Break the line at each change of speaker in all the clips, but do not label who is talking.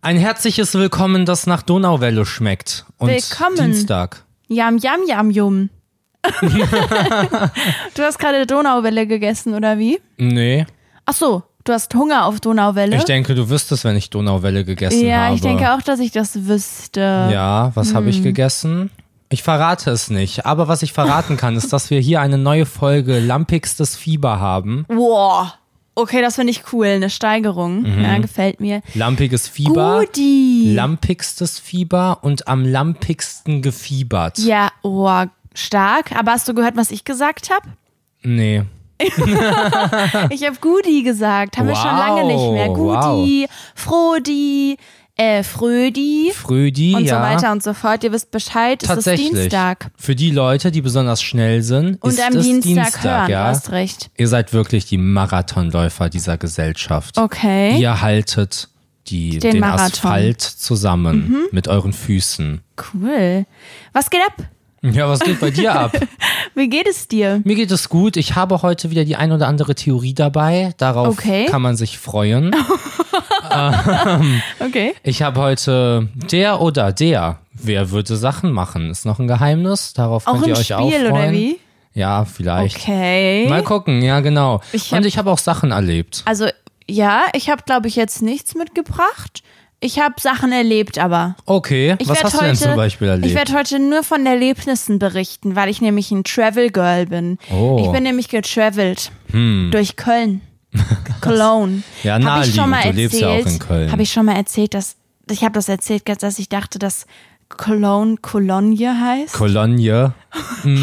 Ein herzliches Willkommen, das nach Donauwelle schmeckt. Und
Willkommen.
Dienstag.
Yam, yam, yam, yum. du hast gerade Donauwelle gegessen, oder wie?
Nee,
Ach so, du hast Hunger auf Donauwelle?
ich denke, du wüsstest, wenn ich Donauwelle gegessen
ja,
habe.
ich denke Hm. auch, dass ich das wüsste.
Ja, was habe ich gegessen? Ich verrate es nicht, aber was ich verraten kann, ist, dass wir hier eine neue Folge Lampigstes Fieber haben.
Wow. Okay, das finde ich cool. Eine Steigerung.
Mhm.
Ja, gefällt mir.
Lampiges Fieber,
Gudi.
lampigstes Fieber und am lampigsten gefiebert.
ja, oh, stark. Aber hast du gehört, was ich gesagt habe?
Nee.
Ich habe Gudi gesagt. Haben wir schon
Ah. Wow,
lange nicht mehr. Gudi, Frodi, äh, Frödi
Frödi,
und
ja.
so weiter und so fort. Ihr wisst Bescheid, es ist
Tatsächlich.
Dienstag.
Für die Leute, die besonders schnell sind,
Und
ist
am
es
Dienstag, hören,
ja.
du hast recht.
Ihr seid wirklich die Marathonläufer dieser Gesellschaft.
Okay,
Ihr haltet die,
Den
den
Marathon. Mhm.
Asphalt zusammen mit euren Füßen.
cool. Was geht ab?
Ja, was geht bei dir ab?
Wie geht es dir?
Mir geht es gut. Ich habe heute wieder die ein oder andere Theorie dabei. Darauf
Okay.
kann man sich freuen.
Okay.
Ich habe heute der oder der. Wer würde Sachen machen? Ist noch ein Geheimnis. Darauf
Auch
könnt ihr
im
euch
Spiel,
auch freuen.
oder wie?
Ja, vielleicht.
Okay.
Mal gucken, ja genau.
Ich hab-
Und ich habe auch Sachen erlebt.
Also, ja, ich habe, glaube ich, jetzt nichts mitgebracht. Ich habe Sachen erlebt, aber.
Okay,
Ich
was
werd
hast
heute,
du denn zum Beispiel
Ich
erlebt?
werde heute nur von Erlebnissen berichten, weil ich nämlich ein Travel Girl bin.
Oh. Hm.
Ich bin nämlich getravelt durch Köln. Cologne.
Ja,
Hab ich schon
naheliegend.
mal
Du lebst ja auch in Köln.
Habe ich schon mal erzählt, dass ich habe das erzählt, dass ich dachte, dass Cologne Cologne heißt.
Cologne.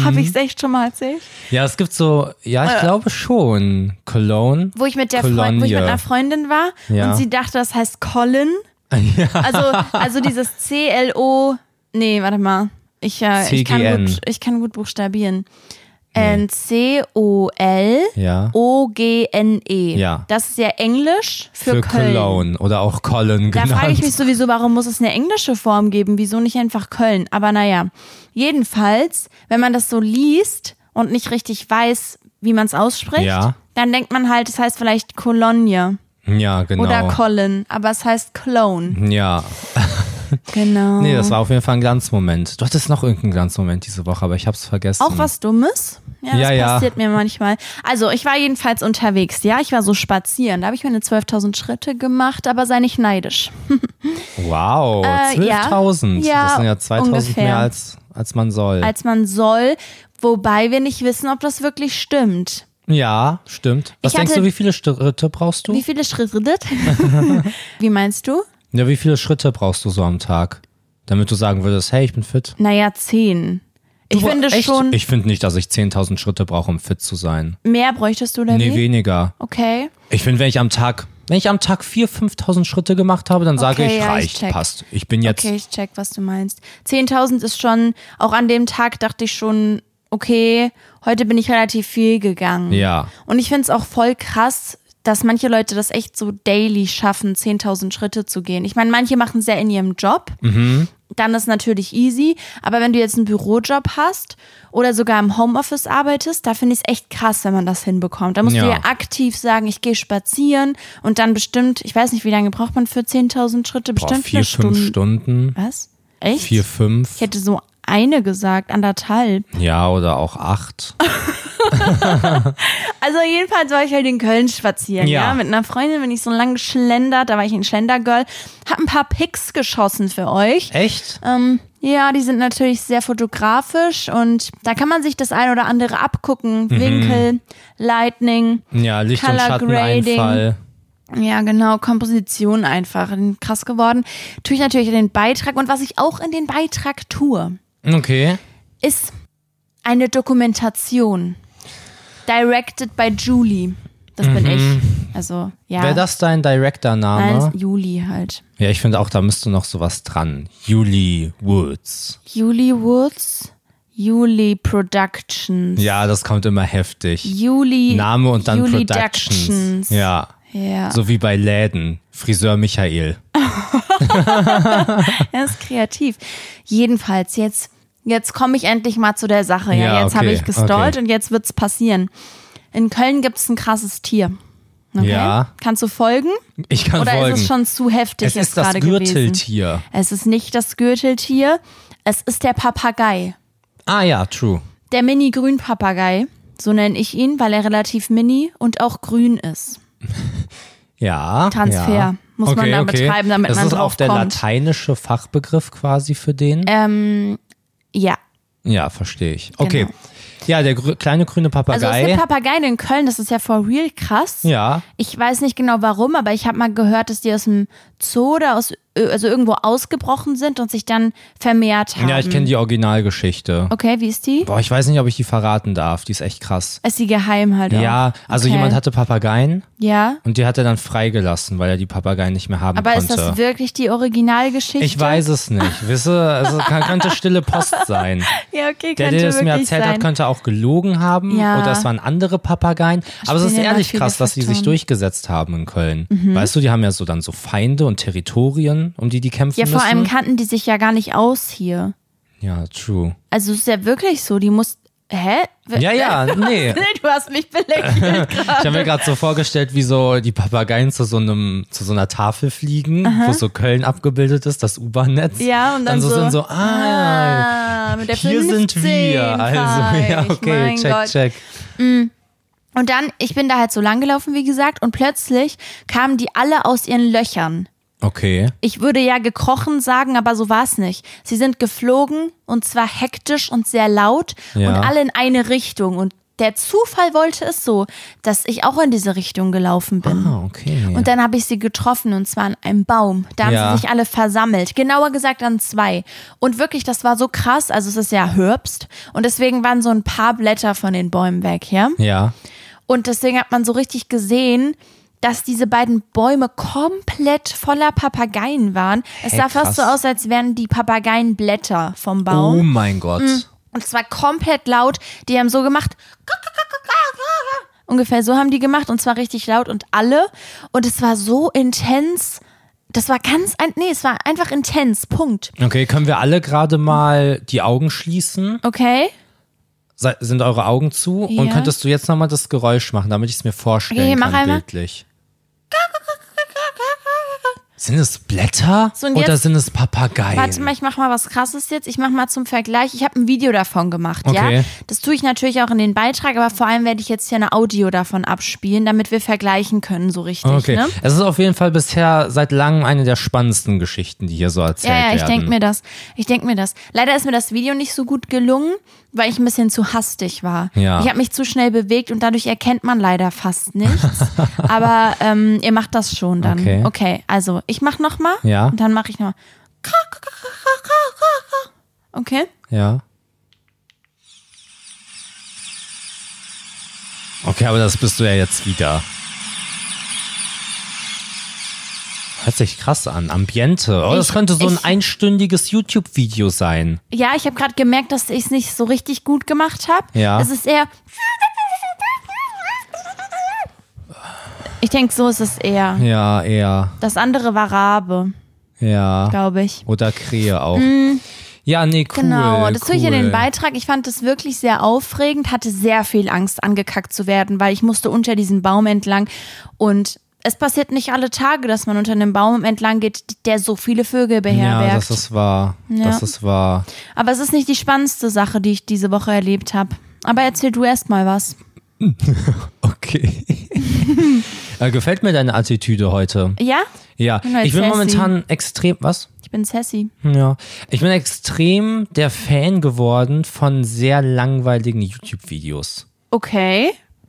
Habe ich es echt schon mal erzählt?
Ja, es gibt so, ja,
Äh.
ich glaube schon. Cologne.
Wo ich mit der Freund, wo ich mit
Cologne.
einer Freundin war
Ja.
und sie dachte, das heißt Colin. Also, also dieses C L O. Nee, warte mal. Ich, äh, ich, kann,
CGN.
gut, ich kann gut buchstabieren. Ähm, C O L
Ja.
O G N E.
Ja.
Das ist ja Englisch für,
Für
Köln.
Cologne oder auch Colin
Da
genannt.
frage ich mich sowieso, warum muss es eine englische Form geben? Wieso nicht einfach Köln? Aber naja, jedenfalls, wenn man das so liest und nicht richtig weiß, wie man es ausspricht,
Ja.
dann denkt man halt, es heißt vielleicht Cologne
ja, genau.
oder Colin, aber es heißt Cologne.
ja,
Genau.
nee, das war auf jeden Fall ein Glanzmoment. Du hattest noch irgendeinen Glanzmoment diese Woche, aber ich hab's vergessen.
auch was Dummes? Ja, das
Ja, ja.
passiert mir manchmal. Also, ich war jedenfalls unterwegs. Ja, ich war so spazieren. Da habe ich meine 12.000 Schritte gemacht, aber sei nicht neidisch.
Wow,
Äh, ja.
12.000.
Ja,
das sind ja 2.000
ungefähr.
mehr als, als man soll.
Als man soll, wobei wir nicht wissen, ob das wirklich stimmt.
ja, stimmt. Was
Ich
denkst
hatte-
du, wie viele Schritte brauchst du?
Wie viele Schritte? das? Wie meinst du?
ja, wie viele Schritte brauchst du so am Tag? Damit du sagen würdest, hey, ich bin fit.
Naja, zehn. Ich
Du,
finde
echt?
schon,
Ich finde nicht, dass ich 10.000 Schritte brauche, um fit zu sein.
mehr bräuchtest du oder
Nee,
wie?
weniger.
Okay.
Ich finde, wenn ich am Tag, wenn ich am Tag 4.000, 5.000 Schritte gemacht habe, dann sage
Okay,
ich,
ja, ich
reicht,
check.
passt. Ich bin jetzt,
Okay, ich check, was du meinst. 10.000 ist schon, auch an dem Tag dachte ich schon, okay, heute bin ich relativ viel gegangen.
ja.
Und ich finde es auch voll krass, dass manche Leute das echt so daily schaffen, 10.000 Schritte zu gehen. Ich meine, manche machen es ja in ihrem Job.
Mhm.
Dann ist natürlich easy. Aber wenn du jetzt einen Bürojob hast oder sogar im Homeoffice arbeitest, da finde ich es echt krass, wenn man das hinbekommt. Da musst du
Ja.
ja aktiv sagen, ich gehe spazieren und dann bestimmt, ich weiß nicht, wie lange braucht man für 10.000 Schritte?
Boah,
Bestimmt
vier,
eine
fünf
Stunde.
Stunden,
Was? Echt?
vier, fünf,
Ich hätte so eine gesagt, anderthalb.
ja, oder auch acht.
Ah. Also jedenfalls war ich halt in Köln spazieren, ja.
Ja.
Mit einer Freundin bin ich so lang geschlendert, da war ich ein Schlendergirl. Hab ein paar Pics geschossen für euch.
Echt?
Ähm, ja, die sind natürlich sehr fotografisch und da kann man sich das ein oder andere abgucken. Winkel, Lightning,
Ja, Licht- und
Color
Schatteneinfall.
ja genau, Komposition einfach. Krass geworden. Tue ich natürlich in den Beitrag und was ich auch in den Beitrag tue,
Okay.
ist eine Dokumentation. Directed by Julie. Das
Mhm.
bin ich. Also, ja.
Wäre das dein Director-Name?
Als Juli halt.
Ja, ich finde auch, da müsste noch sowas dran. Julie Woods.
Juli Woods, Juli Productions.
Ja, das kommt immer heftig.
Juli.
Name und dann
Juli
Productions.
Ductions.
Ja.
Ja.
So wie bei Läden. Friseur Michael.
Er ist kreativ. Jedenfalls, jetzt, jetzt komme ich endlich mal zu der Sache. Ja,
Ja,
jetzt
okay,
habe ich gestallt
okay.
und jetzt wird's passieren. In Köln gibt's ein krasses Tier. Okay.
Ja.
Kannst du folgen?
Ich kann
Oder
folgen.
ist es schon zu heftig
es
jetzt
ist das
gerade gewesen?
Gürteltier.
Es ist nicht das Gürteltier. Es ist der Papagei.
Ah ja, true.
Der Mini-Grün-Papagei. So nenne ich ihn, weil er relativ mini und auch grün ist.
Ja.
Transfer
ja.
muss man da betreiben, damit
das
man
ist
drauf
auch der
kommt.
lateinische Fachbegriff quasi für den.
Ja.
ja, verstehe ich. Okay.
genau.
Ja, der grü kleine grüne
Also es
Papagei.
gibt Papageien in Köln, das ist ja for real krass.
ja.
Ich weiß nicht genau warum, aber ich habe mal gehört, dass die aus dem Zoo oder aus, also irgendwo ausgebrochen sind und sich dann vermehrt haben.
Ja, ich kenne die Originalgeschichte.
Okay, wie ist die?
Boah, ich weiß nicht, ob ich die verraten darf. Die ist echt krass.
Ist die geheim halt auch?
Ja, also
Okay.
jemand hatte Papageien
Ja.
und die hat er dann freigelassen, weil er die Papageien nicht mehr haben
Aber ist
konnte.
das wirklich die Originalgeschichte?
ich weiß es nicht. Wisse, also kann, könnte stille Post sein.
Ja, okay,
Der,
könnte
der das
wirklich
mir erzählt
sein.
hat, könnte auch gelogen haben
Ja.
oder es waren andere Papageien. Aber es ist
Spielen ja Mhm.
ehrlich
viele
krass, dass die sich
Faktoren.
durchgesetzt haben in Köln. Weißt du, die haben ja so dann so Feinde und Territorien, um die die kämpfen
ja, vor
müssen.
allem kannten die sich ja gar nicht aus hier.
ja, true.
Also es ist ja wirklich so, die muss. Hä? W-
Ja, ja, nee.
Nee, du hast mich belächelt.
Ich habe mir gerade so vorgestellt, wie so die Papageien zu so einem zu so einer Tafel fliegen, wo so Köln abgebildet ist, das U-Bahn-Netz.
Ja, und
dann
dann
so,
so,
sind so, ah,
ah, mit der
hier
15
sind wir. Also,
fahr
ja,
ich,
okay,
mein
check,
Gott.
check.
Und dann, ich bin da halt so lang gelaufen, wie gesagt, und plötzlich kamen die alle aus ihren Löchern.
Okay.
Ich würde ja gekrochen sagen, aber so war es nicht. Sie sind geflogen und zwar hektisch und sehr laut
Ja.
und alle in eine Richtung. Und der Zufall wollte es so, dass ich auch in diese Richtung gelaufen bin.
Ah, okay.
Und dann habe ich sie getroffen und zwar an einem Baum. Da haben
Ja.
sie sich alle versammelt. Genauer gesagt an zwei. Und wirklich, das war so krass. Also es ist ja Herbst und deswegen waren so ein paar Blätter von den Bäumen weg, ja?
ja.
Und deswegen hat man so richtig gesehen, dass diese beiden Bäume komplett voller Papageien waren. Es
Hä,
sah fast so
krass.
aus, als wären die Papageien Blätter vom Baum.
Oh mein Gott.
Und zwar komplett laut. Die haben so gemacht. Ungefähr so haben die gemacht und zwar richtig laut und alle. Und es war so intens. Das war ganz, ein, nee, es war einfach intens. Punkt.
Okay, können wir alle gerade mal die Augen schließen?
Okay?
Se sind eure Augen zu? Und
Ja.
könntest du jetzt nochmal das Geräusch machen, damit ich es mir vorstellen
Okay, mach
kann,
einmal.
bildlich? Sind es Blätter
So, und
oder
jetzt-
sind es Papageien?
Warte mal, ich mach mal was krasses jetzt. Ich mach mal zum Vergleich. Ich habe ein Video davon gemacht,
Okay.
ja. Das tue ich natürlich auch in den Beitrag, aber vor allem werde ich jetzt hier eine Audio davon abspielen, damit wir vergleichen können, so richtig.
Okay,
Ne?
es ist auf jeden Fall bisher seit langem eine der spannendsten Geschichten, die hier so erzählt
Ja, ja, ich
werden.
denke mir das. Ich denke mir das. Leider ist mir das Video nicht so gut gelungen, weil ich ein bisschen zu hastig war.
Ja.
Ich habe mich zu schnell bewegt und dadurch erkennt man leider fast nichts. Aber ähm, ihr macht das schon dann.
Okay.
also ich mach noch mal.
Ja.
Und dann mache ich noch mal. Okay.
Ja. Okay, aber das bist du ja jetzt wieder. Hört sich krass an. Ambiente. Oh, das
Ich-
könnte so ein
ich-
einstündiges YouTube-Video sein.
Ja, ich habe gerade gemerkt, dass ich es nicht so richtig gut gemacht habe.
Ja.
Es ist eher. Ich denke, so ist es eher.
Ja, eher.
Das andere war Rabe,
Ja.
glaube ich.
Oder Krähe auch. Ja, nee, cool.
Mhm. Genau, das
cool.
tue ich in den Beitrag. Ich fand das wirklich sehr aufregend, hatte sehr viel Angst, angekackt zu werden, weil ich musste unter diesen Baum entlang und es passiert nicht alle Tage, dass man unter einem Baum entlang geht, der so viele Vögel
Ja,
beherbergt.
das ist wahr.
Ja.
Das ist wahr.
Aber es ist nicht die spannendste Sache, die ich diese Woche erlebt habe. Aber erzähl du erst mal was.
Okay. äh, gefällt mir deine Attitüde heute.
Ja?
Ja,
Bin halt
ich bin
sassy.
momentan extrem. Was?
Ich bin sassy.
Ja, ich bin extrem der Fan geworden von sehr langweiligen YouTube-Videos.
Okay.
Da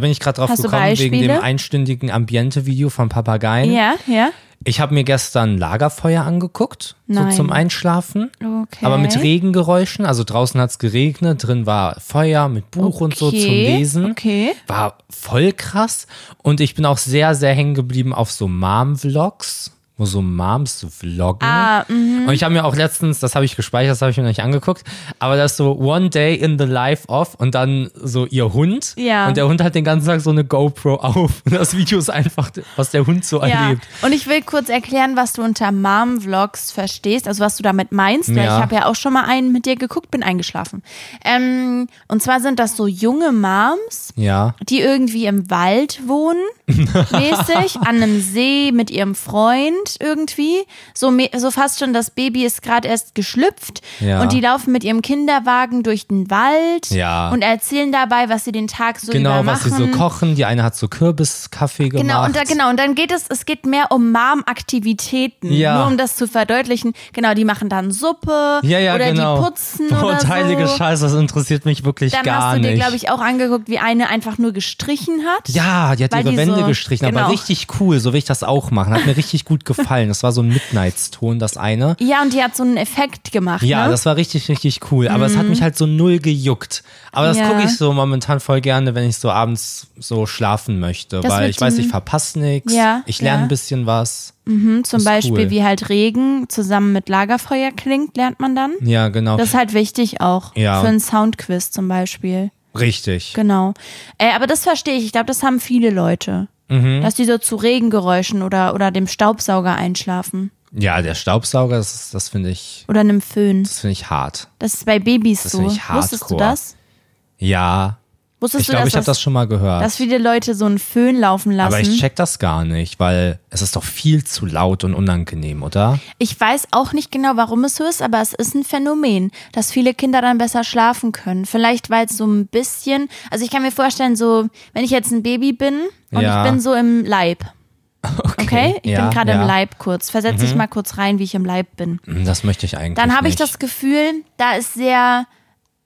bin ich gerade drauf
Hast du
gekommen wegen
Beispiele?
dem einstündigen Ambiente-Video von Papageien.
Ja, ja.
Ich habe mir gestern Lagerfeuer angeguckt,
Nein.
so zum Einschlafen.
Okay.
Aber mit Regengeräuschen, also draußen hat's geregnet, drin war Feuer mit Buch und so zum
Okay,
Lesen.
Okay.
War voll krass. Und ich bin auch sehr, sehr hängen geblieben auf so Mom-Vlogs, wo so Moms vloggen.
Ah,
und ich habe mir auch letztens, das habe ich gespeichert, das habe ich mir noch nicht angeguckt, aber das ist so One Day in the Life of und dann so ihr Hund.
Ja.
Und der Hund hat den ganzen Tag so eine GoPro auf. Und das Video ist einfach, was der Hund so
Ja.
erlebt.
Und ich will kurz erklären, was du unter Mom-Vlogs verstehst, also was du damit meinst. Weil
Ja.
ich habe ja auch schon mal einen mit dir geguckt, bin eingeschlafen. Ähm, und zwar sind das so junge Moms,
Ja.
die irgendwie im Wald wohnen, mäßig, an einem See mit ihrem Freund irgendwie. So, mä- so fast schon, das Baby ist gerade erst geschlüpft
Ja.
und die laufen mit ihrem Kinderwagen durch den Wald
Ja.
und erzählen dabei, was sie den Tag so über
Genau,
machen.
was sie so kochen. Die eine hat so Kürbiskaffee gemacht.
Genau und, da, genau, und dann geht es, es geht mehr um Mom-Aktivitäten,
Ja.
nur um das zu verdeutlichen. Genau, die machen dann Suppe
Ja, ja,
oder
genau.
die putzen
Boah,
oder so.
heilige Scheiße, das interessiert mich wirklich
dann
gar
hast du dir,
nicht.
glaube ich, auch angeguckt, wie eine einfach nur gestrichen hat.
ja, die hat
weil
ihre
die
Wände
so-
gestrichen,
genau.
aber richtig cool, so will ich das auch machen. Hat mir richtig gut gefallen. Das war so ein Midnights-Ton, das eine.
Ja, und die hat so einen Effekt gemacht.
Ja,
ne? Mhm.
das war richtig, richtig cool. Aber es hat mich halt so null gejuckt. Aber das
Ja.
gucke ich so momentan voll gerne, wenn ich so abends so schlafen möchte.
Das
weil
mit
ich weiß,
dem-
ich verpasse nichts.
Ja,
Ich lerne
ja.
ein bisschen was.
Hm, Zum Beispiel,
cool.
wie halt Regen zusammen mit Lagerfeuer klingt, lernt man dann.
Ja, genau.
Das ist halt wichtig auch
Ja.
für einen Soundquiz zum Beispiel.
richtig.
Genau. Äh, aber das verstehe ich. Ich glaube, das haben viele Leute.
Mhm.
Dass die so zu Regengeräuschen oder, oder dem Staubsauger einschlafen.
Ja, der Staubsauger, das, ist- das finde ich,
Oder einem Föhn.
das finde ich hart.
Das ist bei Babys so.
finde ich
Wusstest du
hardcore.
das?
Ja.
Wusstest
ich
du,
glaube,
dass,
ich habe das schon mal gehört.
dass viele Leute so einen Föhn laufen lassen?
aber ich check das gar nicht, weil es ist doch viel zu laut und unangenehm, oder?
Ich weiß auch nicht genau, warum es so ist, aber es ist ein Phänomen, dass viele Kinder dann besser schlafen können. Vielleicht weil es so ein bisschen, also ich kann mir vorstellen, so wenn ich jetzt ein Baby bin und
Ja.
ich bin so im Leib, okay? Ich
ja,
bin gerade
ja. Mhm.
im Leib kurz. Versetz dich mal kurz rein, wie ich im Leib bin.
Hm, Das möchte ich eigentlich
Dann habe ich
nicht.
das Gefühl, da ist sehr,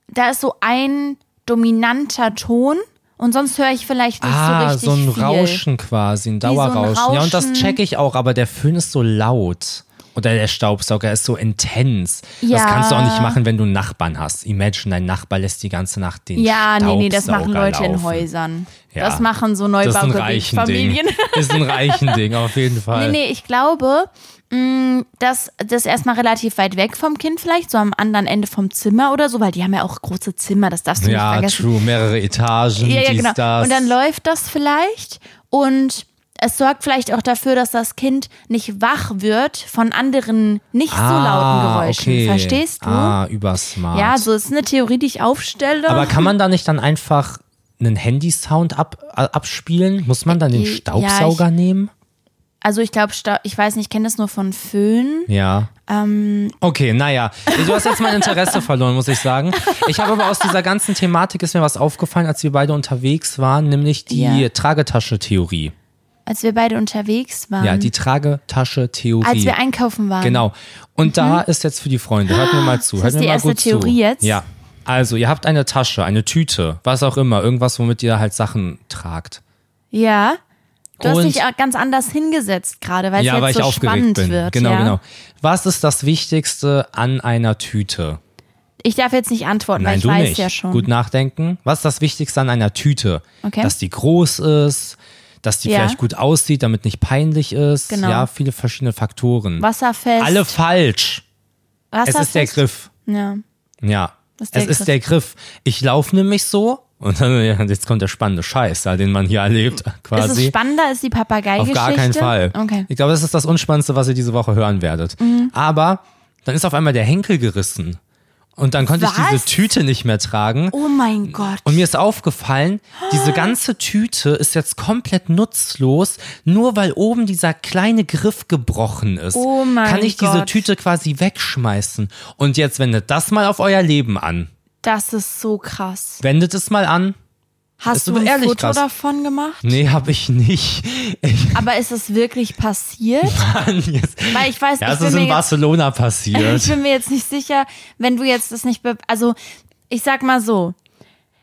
da ist so ein dominanter Ton und sonst höre ich vielleicht nicht so
Ah,
richtig
so ein
viel.
Rauschen quasi, ein
so ein
Dauerrauschen. Ja, und das
Rauschen.
checke ich auch, aber der Föhn ist so laut. Oder der Staubsauger ist so intens. Das
Ja.
kannst du auch nicht machen, wenn du einen Nachbarn hast. Imagine, dein Nachbar lässt die ganze Nacht den
Ja, nee,
Staubsauger
nee, das machen Leute
laufen.
in Häusern.
Ja.
Das machen so
Das ist ein
neubaugebiet
reichen Ding.
Familien.
Ist ein reichen Ding, auf jeden Fall.
Nee, nee, ich glaube, mh, dass das erstmal relativ weit weg vom Kind vielleicht, so am anderen Ende vom Zimmer oder so, weil die haben ja auch große Zimmer, das darfst du
Ja,
nicht vergessen.
true, mehrere Etagen,
Ja, ja,
dies,
genau.
das.
Und dann läuft das vielleicht und es sorgt vielleicht auch dafür, dass das Kind nicht wach wird von anderen nicht so lauten
Ah,
Geräuschen.
okay.
Verstehst du?
Ah, übersmart.
ja, so ist eine Theorie, die ich aufstelle.
Aber kann man da nicht dann einfach einen Handy-Sound ab, abspielen? Muss man dann den
Äh, Ja, ich-
Staubsauger nehmen?
also ich glaube, ich weiß nicht, ich kenne das nur von Föhn.
Ja.
Ähm.
Okay, naja. Du hast jetzt mein Interesse verloren, muss ich sagen. Ich habe aber aus dieser ganzen Thematik ist mir was aufgefallen, als wir beide unterwegs waren, nämlich die
Ja.
Tragetasche-Theorie.
Als wir beide unterwegs waren.
Ja, die Tragetasche-Theorie.
Ähm. als wir einkaufen waren.
Genau. Und da ist jetzt für die Freunde, hört mir mal zu.
Ist
hört
das
mir
die
mal
erste
gut
Theorie
zu.
jetzt?
Ja. Also, ihr habt eine Tasche, eine Tüte, was auch immer, irgendwas, womit ihr halt Sachen tragt.
Ja. Du hast
Und-
dich auch ganz anders hingesetzt gerade, weil
ja,
es
weil
jetzt
ich
so
aufgeregt
spannend
bin.
wird.
genau,
ja?
genau. Was ist das Wichtigste an einer Tüte?
Ich darf jetzt nicht antworten, weil
Nein,
ich
du
weiß
nicht.
ja schon.
Gut nachdenken. Was ist das Wichtigste an einer Tüte?
Okay.
Dass die groß ist, dass die
Ja.
vielleicht gut aussieht, damit nicht peinlich ist.
Genau.
Ja, viele verschiedene Faktoren.
Wasserfest.
Alle falsch. Es
Wasserfest.
ist der Griff.
Ja.
Ja.
ist der
es ist
Griff.
der Griff. Ich laufe nämlich so und dann, ja, jetzt kommt der spannende Scheiß, ja, den man hier erlebt, quasi.
Ist es spannender als die
Auf
Papageigeschichte?
gar keinen Fall.
Okay. Mhm.
Ich glaube, das ist das Unspannendste, was ihr diese Woche hören werdet. Aber dann ist auf einmal der Henkel gerissen. Und dann konnte ich
Was?
diese Tüte nicht mehr tragen.
Oh mein Gott.
Und mir ist aufgefallen, diese ganze Tüte ist jetzt komplett nutzlos, nur weil oben dieser kleine Griff gebrochen ist.
Oh mein
Kann ich diese
Gott.
Tüte quasi wegschmeißen. Und jetzt wendet das mal auf euer Leben an.
das ist so krass.
Wendet es mal an.
Hast
Ist
du
aber
ein
ehrlich
Foto
krass.
davon gemacht?
Nee, hab ich nicht. Ich,
Aber ist es wirklich passiert?
Mann, jetzt.
Weil ich weiß,
Das
ich bin
ist
mir
in
jetzt
Barcelona passiert.
Ich bin mir jetzt nicht sicher, wenn du jetzt das nicht. be- Also, ich sag mal so.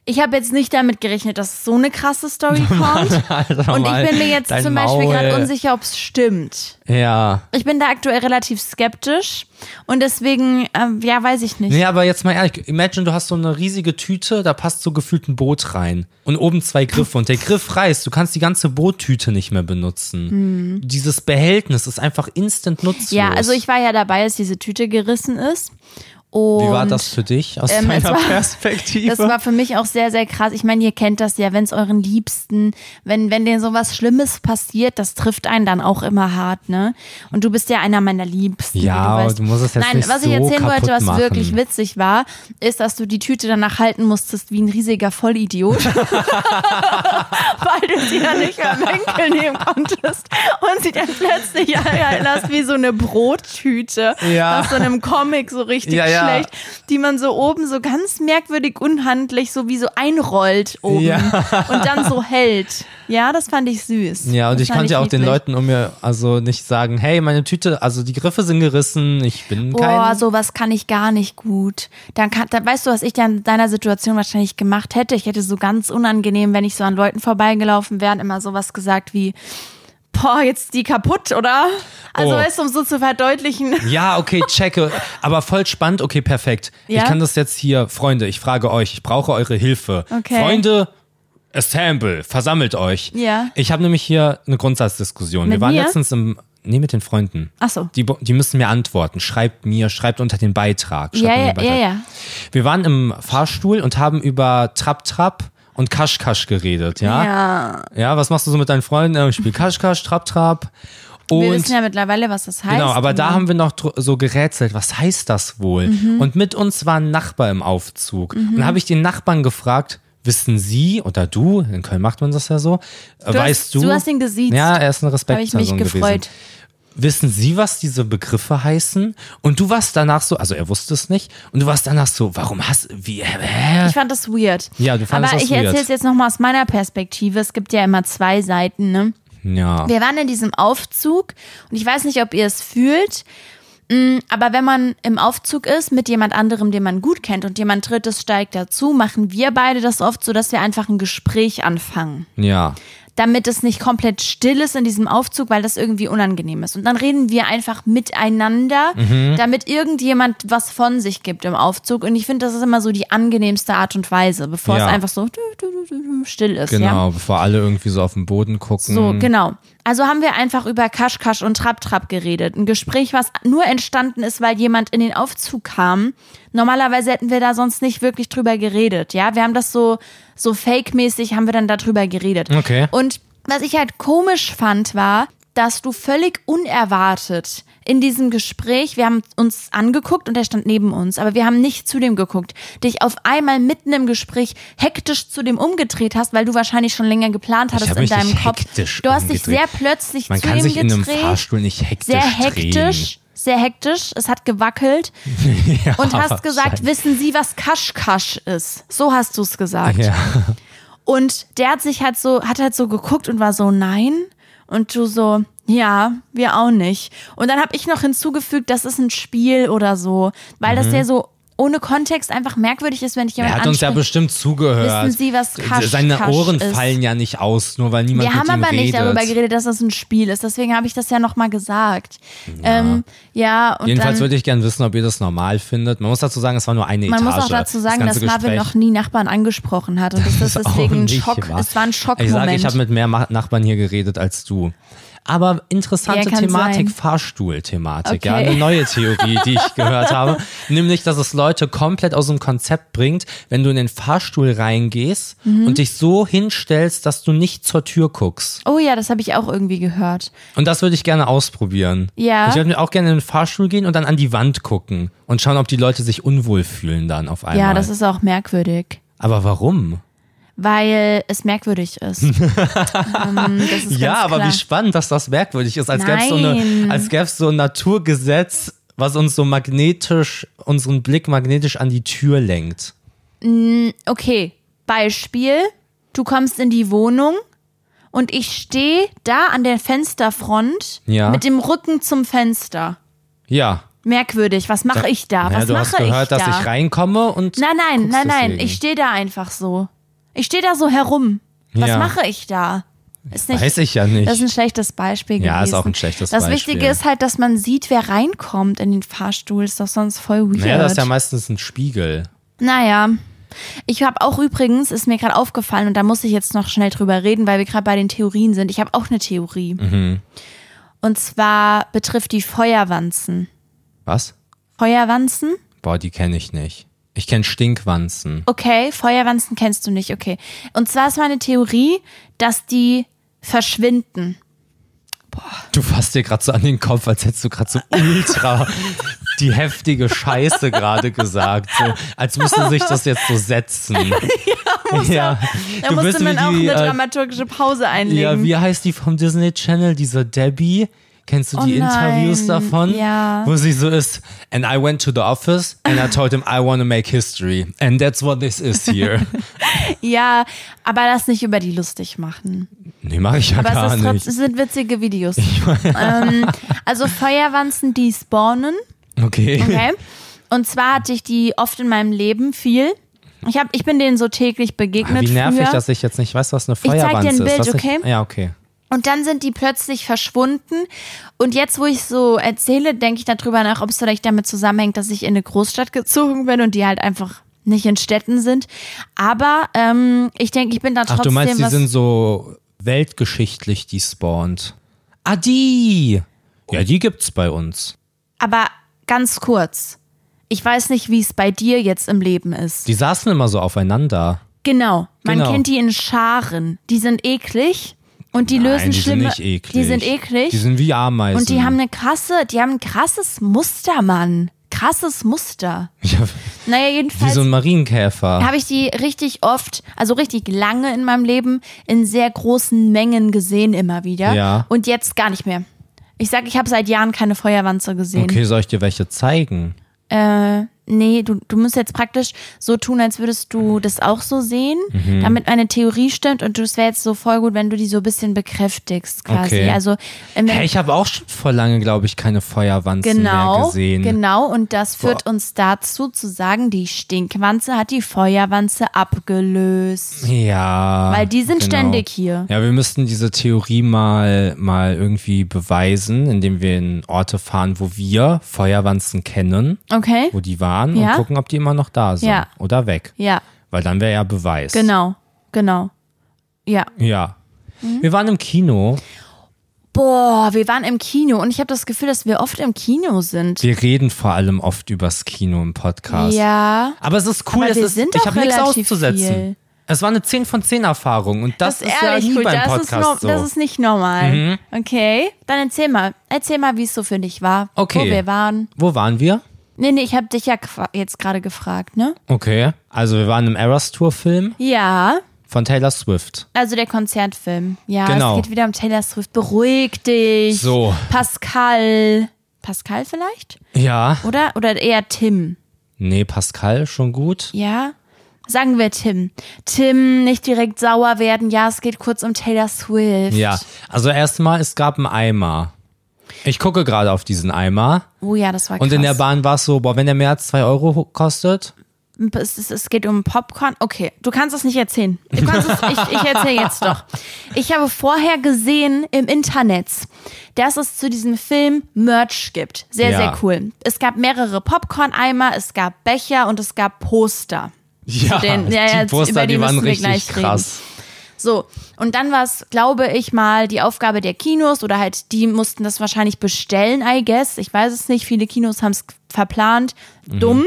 Ich habe jetzt nicht damit gerechnet, dass so eine krasse Story kommt.
Alter,
Und
Mann,
ich bin mir jetzt
dein
zum Beispiel
Maul.
gerade unsicher, ob es stimmt.
Ja.
Ich bin da aktuell relativ skeptisch und deswegen, ähm, ja, weiß ich nicht.
Nee, aber jetzt mal ehrlich, imagine, du hast so eine riesige Tüte, da passt so gefühlt ein Boot rein. Und oben zwei Griffe. Und der Griff reißt, du kannst die ganze Boottüte nicht mehr benutzen. Dieses Behältnis ist einfach instant nutzlos.
Mhm. Ja, also ich war ja dabei, als diese Tüte gerissen ist. Und
Wie war das für dich aus
ähm, es
deiner
war-
Perspektive?
Das war für mich auch sehr, sehr krass. Ich meine, ihr kennt das ja, wenn es euren Liebsten, wenn, wenn denen sowas Schlimmes passiert, das trifft einen dann auch immer hart, ne? Und du bist ja einer meiner Liebsten.
Ja,
wie du,
aber
weißt.
du musst es jetzt
Nein,
nicht
was
so
ich erzählen wollte,
kaputt
was
machen.
wirklich witzig war, ist, dass du die Tüte danach halten musstest wie ein riesiger Vollidiot. weil du sie dann nicht am Winkel nehmen konntest und sie dann plötzlich anhalten hast wie so eine Brottüte
Ja.
aus so einem Comic so richtig
Ja, ja.
schlecht, die man so oben so ganz merkwürdig unhandlich so wie so einrollt oben
Ja.
und dann so hält. Ja, das fand ich süß.
ja, und ich
Das fand
konnte ja auch den
niedlich.
Leuten um mir also nicht sagen, hey, meine Tüte, also die Griffe sind gerissen, ich bin
Boah,
kein.
sowas kann ich gar nicht gut. Dann, kann, dann weißt du, was ich dann in deiner Situation wahrscheinlich gemacht hätte. Ich hätte so ganz unangenehm, wenn ich so an Leuten vorbeigelaufen wäre, und immer sowas gesagt wie, boah, jetzt ist die kaputt, oder? Also,
Oh.
weißt du, um so zu verdeutlichen.
Ja, okay, checke. Aber voll spannend, okay, perfekt.
Ja?
Ich kann das jetzt hier, Freunde, ich frage euch, ich brauche eure Hilfe.
Okay.
Freunde, assemble, versammelt euch.
Ja.
Ich habe nämlich hier eine Grundsatzdiskussion.
Mit
Wir waren
mir?
letztens im. Nee, mit den Freunden.
Ach so.
Die, bo- die müssen mir antworten. Schreibt mir, schreibt unter den Beitrag. Schreibt
Ja,
unter den
ja,
Beitrag.
ja, ja.
Wir waren im Fahrstuhl und haben über Trap Trap und Kasch Kasch geredet, ja?
Ja,
Ja, was machst du so mit deinen Freunden? Ähm, Ich spiel Kasch Kasch, Trap Trap.
wir
Und
wissen ja mittlerweile, was das heißt.
genau, aber da haben wir noch dr- so gerätselt, was heißt das wohl?
Mhm.
Und mit uns war ein Nachbar im Aufzug. Und dann habe ich den Nachbarn gefragt, wissen Sie oder du, in Köln macht man das ja so, äh,
Du hast-
weißt du?
du hast ihn gesiezt.
Ja, er ist eine
habe ich mich
Respektperson gewesen.
gefreut.
Wissen Sie, was diese Begriffe heißen? Und du warst danach so, also er wusste es nicht, und du warst danach so, warum hast, wie, hä, hä?
Ich fand das weird.
Ja, du fandest
Aber
das
ich
weird.
erzähle es jetzt nochmal aus meiner Perspektive. Es gibt ja immer zwei Seiten, ne?
Ja.
Wir waren in diesem Aufzug und ich weiß nicht, ob ihr es fühlt, mm, aber wenn man im Aufzug ist mit jemand anderem, den man gut kennt und jemand drittes steigt dazu, machen wir beide das oft so, dass wir einfach ein Gespräch anfangen
Ja.
damit es nicht komplett still ist in diesem Aufzug, weil das irgendwie unangenehm ist. Und dann reden wir einfach miteinander,
Mhm.
damit irgendjemand was von sich gibt im Aufzug. Und ich finde, das ist immer so die angenehmste Art und Weise, bevor
Ja.
es einfach so du- du- du- du- du still ist. Ja?
Genau, bevor alle irgendwie so auf den Boden gucken.
So, genau. Also haben wir einfach über Kaschkasch und Trap-Trap geredet. Ein Gespräch, was nur entstanden ist, weil jemand in den Aufzug kam. Normalerweise hätten wir da sonst nicht wirklich drüber geredet. Ja, wir haben das so, so fake-mäßig haben wir dann darüber geredet.
Okay.
Und was ich halt komisch fand, war, dass du völlig unerwartet in diesem Gespräch, wir haben uns angeguckt und er stand neben uns, aber wir haben nicht zu dem geguckt, dich auf einmal mitten im Gespräch hektisch zu dem umgedreht hast, weil du wahrscheinlich schon länger geplant hattest
hab
in
mich
deinem
nicht
Kopf.
hektisch
Du hast dich sehr
umgedreht.
plötzlich
Man
zu
kann
ihm
sich in einem
gedreht.
Fahrstuhl nicht hektisch
Sehr
drehen.
hektisch. Sehr hektisch, es hat gewackelt
Ja,
und hast gesagt,
wahrscheinlich.
wissen Sie, was Kaschkasch ist? So hast du es gesagt.
Ja.
Und der hat sich halt so, hat halt so geguckt und war so, nein. Und du so, ja, wir auch nicht. Und dann habe ich noch hinzugefügt, das ist ein Spiel oder so, weil das ja so ohne Kontext einfach merkwürdig ist, wenn ich
Mhm. Er
jemand
hat uns ja
anspreche.
bestimmt zugehört.
Wissen Sie, was Kasch-
Seine
Kasch
Ohren
ist?
fallen ja nicht aus, nur weil niemand
Wir
mit
haben
ihm
aber
redet.
nicht darüber geredet, dass das ein Spiel ist. Deswegen habe ich das ja nochmal gesagt. Ja, ähm, ja und
Jedenfalls
dann,
würde ich gerne wissen, ob ihr das normal findet. Man muss dazu sagen, es war nur eine
man
Etage.
muss auch dazu sagen, dass
ganze
Marvin
Gespräch.
noch nie Nachbarn angesprochen hat. Und das ist
auch
deswegen ein
nicht
Schock.
wahr.
Es war ein
Ich
Schockmoment.
sage, ich habe mit mehr Ma- Nachbarn hier geredet als du. Aber interessante
Ja, kann
Thematik,
sein.
Fahrstuhl-Thematik, ja,
Okay.
eine neue Theorie, die ich gehört habe, nämlich, dass es Leute komplett aus dem Konzept bringt, wenn du in den Fahrstuhl reingehst
Mhm.
und dich so hinstellst, dass du nicht zur Tür guckst.
oh ja, das habe ich auch irgendwie gehört.
Und das würde ich gerne ausprobieren.
Ja.
Ich würde mir auch gerne in den Fahrstuhl gehen und dann an die Wand gucken und schauen, ob die Leute sich unwohl fühlen dann auf einmal.
Ja, das ist auch merkwürdig.
Aber warum?
Weil es merkwürdig ist. ähm, das ist
Ja,
ganz
aber
klar.
wie spannend, dass das merkwürdig ist, als gäbe es so,
Nein.
eine- als gäb's so ein Naturgesetz, was uns so magnetisch, unseren Blick magnetisch an die Tür lenkt.
Okay, Beispiel. Du kommst in die Wohnung und ich stehe da an der Fensterfront
Ja.
mit dem Rücken zum Fenster.
Ja.
Merkwürdig, was mache ich da?
Naja,
Ah, Was
du
mache
hast gehört,
ich da?
dass ich reinkomme und.
nein, nein,
guckst
nein, nein,
deswegen.
ich stehe da einfach so. Ich stehe da so herum. Was
Ja.
mache ich da? Ist nicht,
Weiß ich ja nicht.
Das ist ein schlechtes Beispiel
Ja, ist
gewesen.
auch ein schlechtes
das
Beispiel.
Wichtige ist halt, dass man sieht, wer reinkommt in den Fahrstuhl. Ist doch sonst voll weird.
naja, das ist ja meistens ein Spiegel.
Naja. Ich habe auch übrigens, ist mir gerade aufgefallen, und da muss ich jetzt noch schnell drüber reden, weil wir gerade bei den Theorien sind. Ich habe auch eine Theorie.
Mhm.
Und zwar betrifft die Feuerwanzen.
Was?
Feuerwanzen?
Boah, die kenne ich nicht. Ich kenne Stinkwanzen.
Okay, Feuerwanzen kennst du nicht, okay. Und zwar ist meine Theorie, dass die verschwinden.
Du fasst dir gerade so an den Kopf, als hättest du gerade so ultra die heftige Scheiße gerade gesagt. So, als müsste sich das jetzt so setzen. Ja, muss ja.
Da
Du bist
musste man
wie
auch
die,
eine
äh,
dramaturgische Pause einlegen.
Ja, wie heißt die vom Disney Channel, diese Debbie? Kennst du
Oh
die
nein,
Interviews davon?
ja.
Wo sie so ist, and I went to the office and I told him I want to make history. And that's what this is here.
Ja, aber das nicht über die lustig machen.
nee, mache ich ja
Aber
gar
es, ist trotz,
nicht.
es sind witzige Videos. ähm, also Feuerwanzen, die spawnen.
Okay.
Okay. Und zwar hatte ich die oft in meinem Leben viel. Ich, hab, ich bin denen so täglich begegnet.
Wie nervig,
früher.
dass ich jetzt nicht weiß, was eine
zeig dir ein
Feuerwanze ist.
Bild,
was ich-
okay?
Ja, okay.
Und dann sind die plötzlich verschwunden. Und jetzt, wo ich so erzähle, denke ich darüber nach, ob es vielleicht damit zusammenhängt, dass ich in eine Großstadt gezogen bin und die halt einfach nicht in Städten sind. Aber ähm, ich denke, ich bin da
Ach,
trotzdem
du meinst, die
was.
sind so weltgeschichtlich despawnt. Ah, die! Ja, die gibt's bei uns.
aber ganz kurz. Ich weiß nicht, wie es bei dir jetzt im Leben ist.
Die saßen immer so aufeinander.
Genau. Man
Genau.
kennt die in Scharen. Die sind eklig und die lösen
Nein, die sind
schlimme.
nicht eklig.
Die sind eklig.
Die sind wie Ameisen.
und die haben eine krasse, die haben ein krasses Muster, Mann. Krasses Muster.
Ja,
Naja,
wie
jedenfalls
so ein Marienkäfer.
habe ich die richtig oft, also richtig lange in meinem Leben, in sehr großen Mengen gesehen immer wieder.
Ja.
Und jetzt gar nicht mehr. Ich sag, ich habe seit Jahren keine Feuerwanze gesehen.
Okay, soll ich dir welche zeigen?
Äh, nee, du, du musst jetzt praktisch so tun, als würdest du das auch so sehen,
Mhm.
damit meine Theorie stimmt und du- es wäre jetzt so voll gut, wenn du die so ein bisschen bekräftigst quasi.
Okay.
Also ähm,
Hä, ich habe auch schon vor lange, glaube ich, keine Feuerwanzen mehr
genau,
gesehen.
genau und das führt uns dazu zu sagen, die Stinkwanze hat die Feuerwanze abgelöst.
Ja.
Weil die sind
genau.
ständig hier.
Ja, wir müssten diese Theorie mal, mal irgendwie beweisen, indem wir in Orte fahren, wo wir Feuerwanzen kennen,
Okay?
wo die waren
Ja.
und gucken, ob die immer noch da sind
Ja.
oder weg.
Ja,
Weil dann wäre ja Beweis.
genau, genau. Ja.
Ja.
Mhm.
Wir waren im Kino.
Boah, wir waren im Kino und ich habe das Gefühl, dass wir oft im Kino sind.
Wir reden vor allem oft übers Kino im Podcast.
Ja.
Aber es ist cool,
Aber
es
wir
ist,
sind
ich
doch
habe nichts
relativ
auszusetzen.
viel.
Es war eine 10 von 10 Erfahrung und das, ist
ehrlich,
ja nie
gut,
beim
das
Podcast
ist no-
so. Mhm.
Das ist nicht normal. Okay, dann erzähl mal. Erzähl mal, wie es so für dich war.
Okay.
Wo wir waren.
Wo waren wir?
Nee, nee, ich habe dich ja qua- jetzt gerade gefragt, ne?
Okay, also wir waren im Eras Tour Film
Ja,
von Taylor Swift.
also der Konzertfilm. Ja,
Genau.
es geht wieder um Taylor Swift. Beruhig dich.
So.
Pascal. Pascal vielleicht?
Ja.
Oder? Oder eher Tim.
Nee, Pascal schon gut.
Ja? Sagen wir Tim. Tim, nicht direkt sauer werden. Ja, es geht kurz um Taylor Swift.
Ja, also erstmal es gab einen Eimer. Ich gucke gerade auf diesen Eimer
Oh ja, das war krass.
und in der Bahn war es so, boah, wenn der mehr als 2 Euro kostet,
es, es, es geht um Popcorn. Okay, du kannst es nicht erzählen. Du kannst es, ich ich erzähle jetzt doch. Ich habe vorher gesehen im Internet, dass es zu diesem Film Merch gibt. Sehr,
Ja.
sehr cool. Es gab mehrere Popcorn-Eimer, es gab Becher und es gab Poster.
ja,
den- ja, ja,
die Poster,
über die
die, waren
müssen wir
richtig
gleich reden.
krass.
So, und dann war es, glaube ich, mal die Aufgabe der Kinos oder halt die mussten das wahrscheinlich bestellen, I guess. Ich weiß es nicht, viele Kinos haben es verplant. Dumm,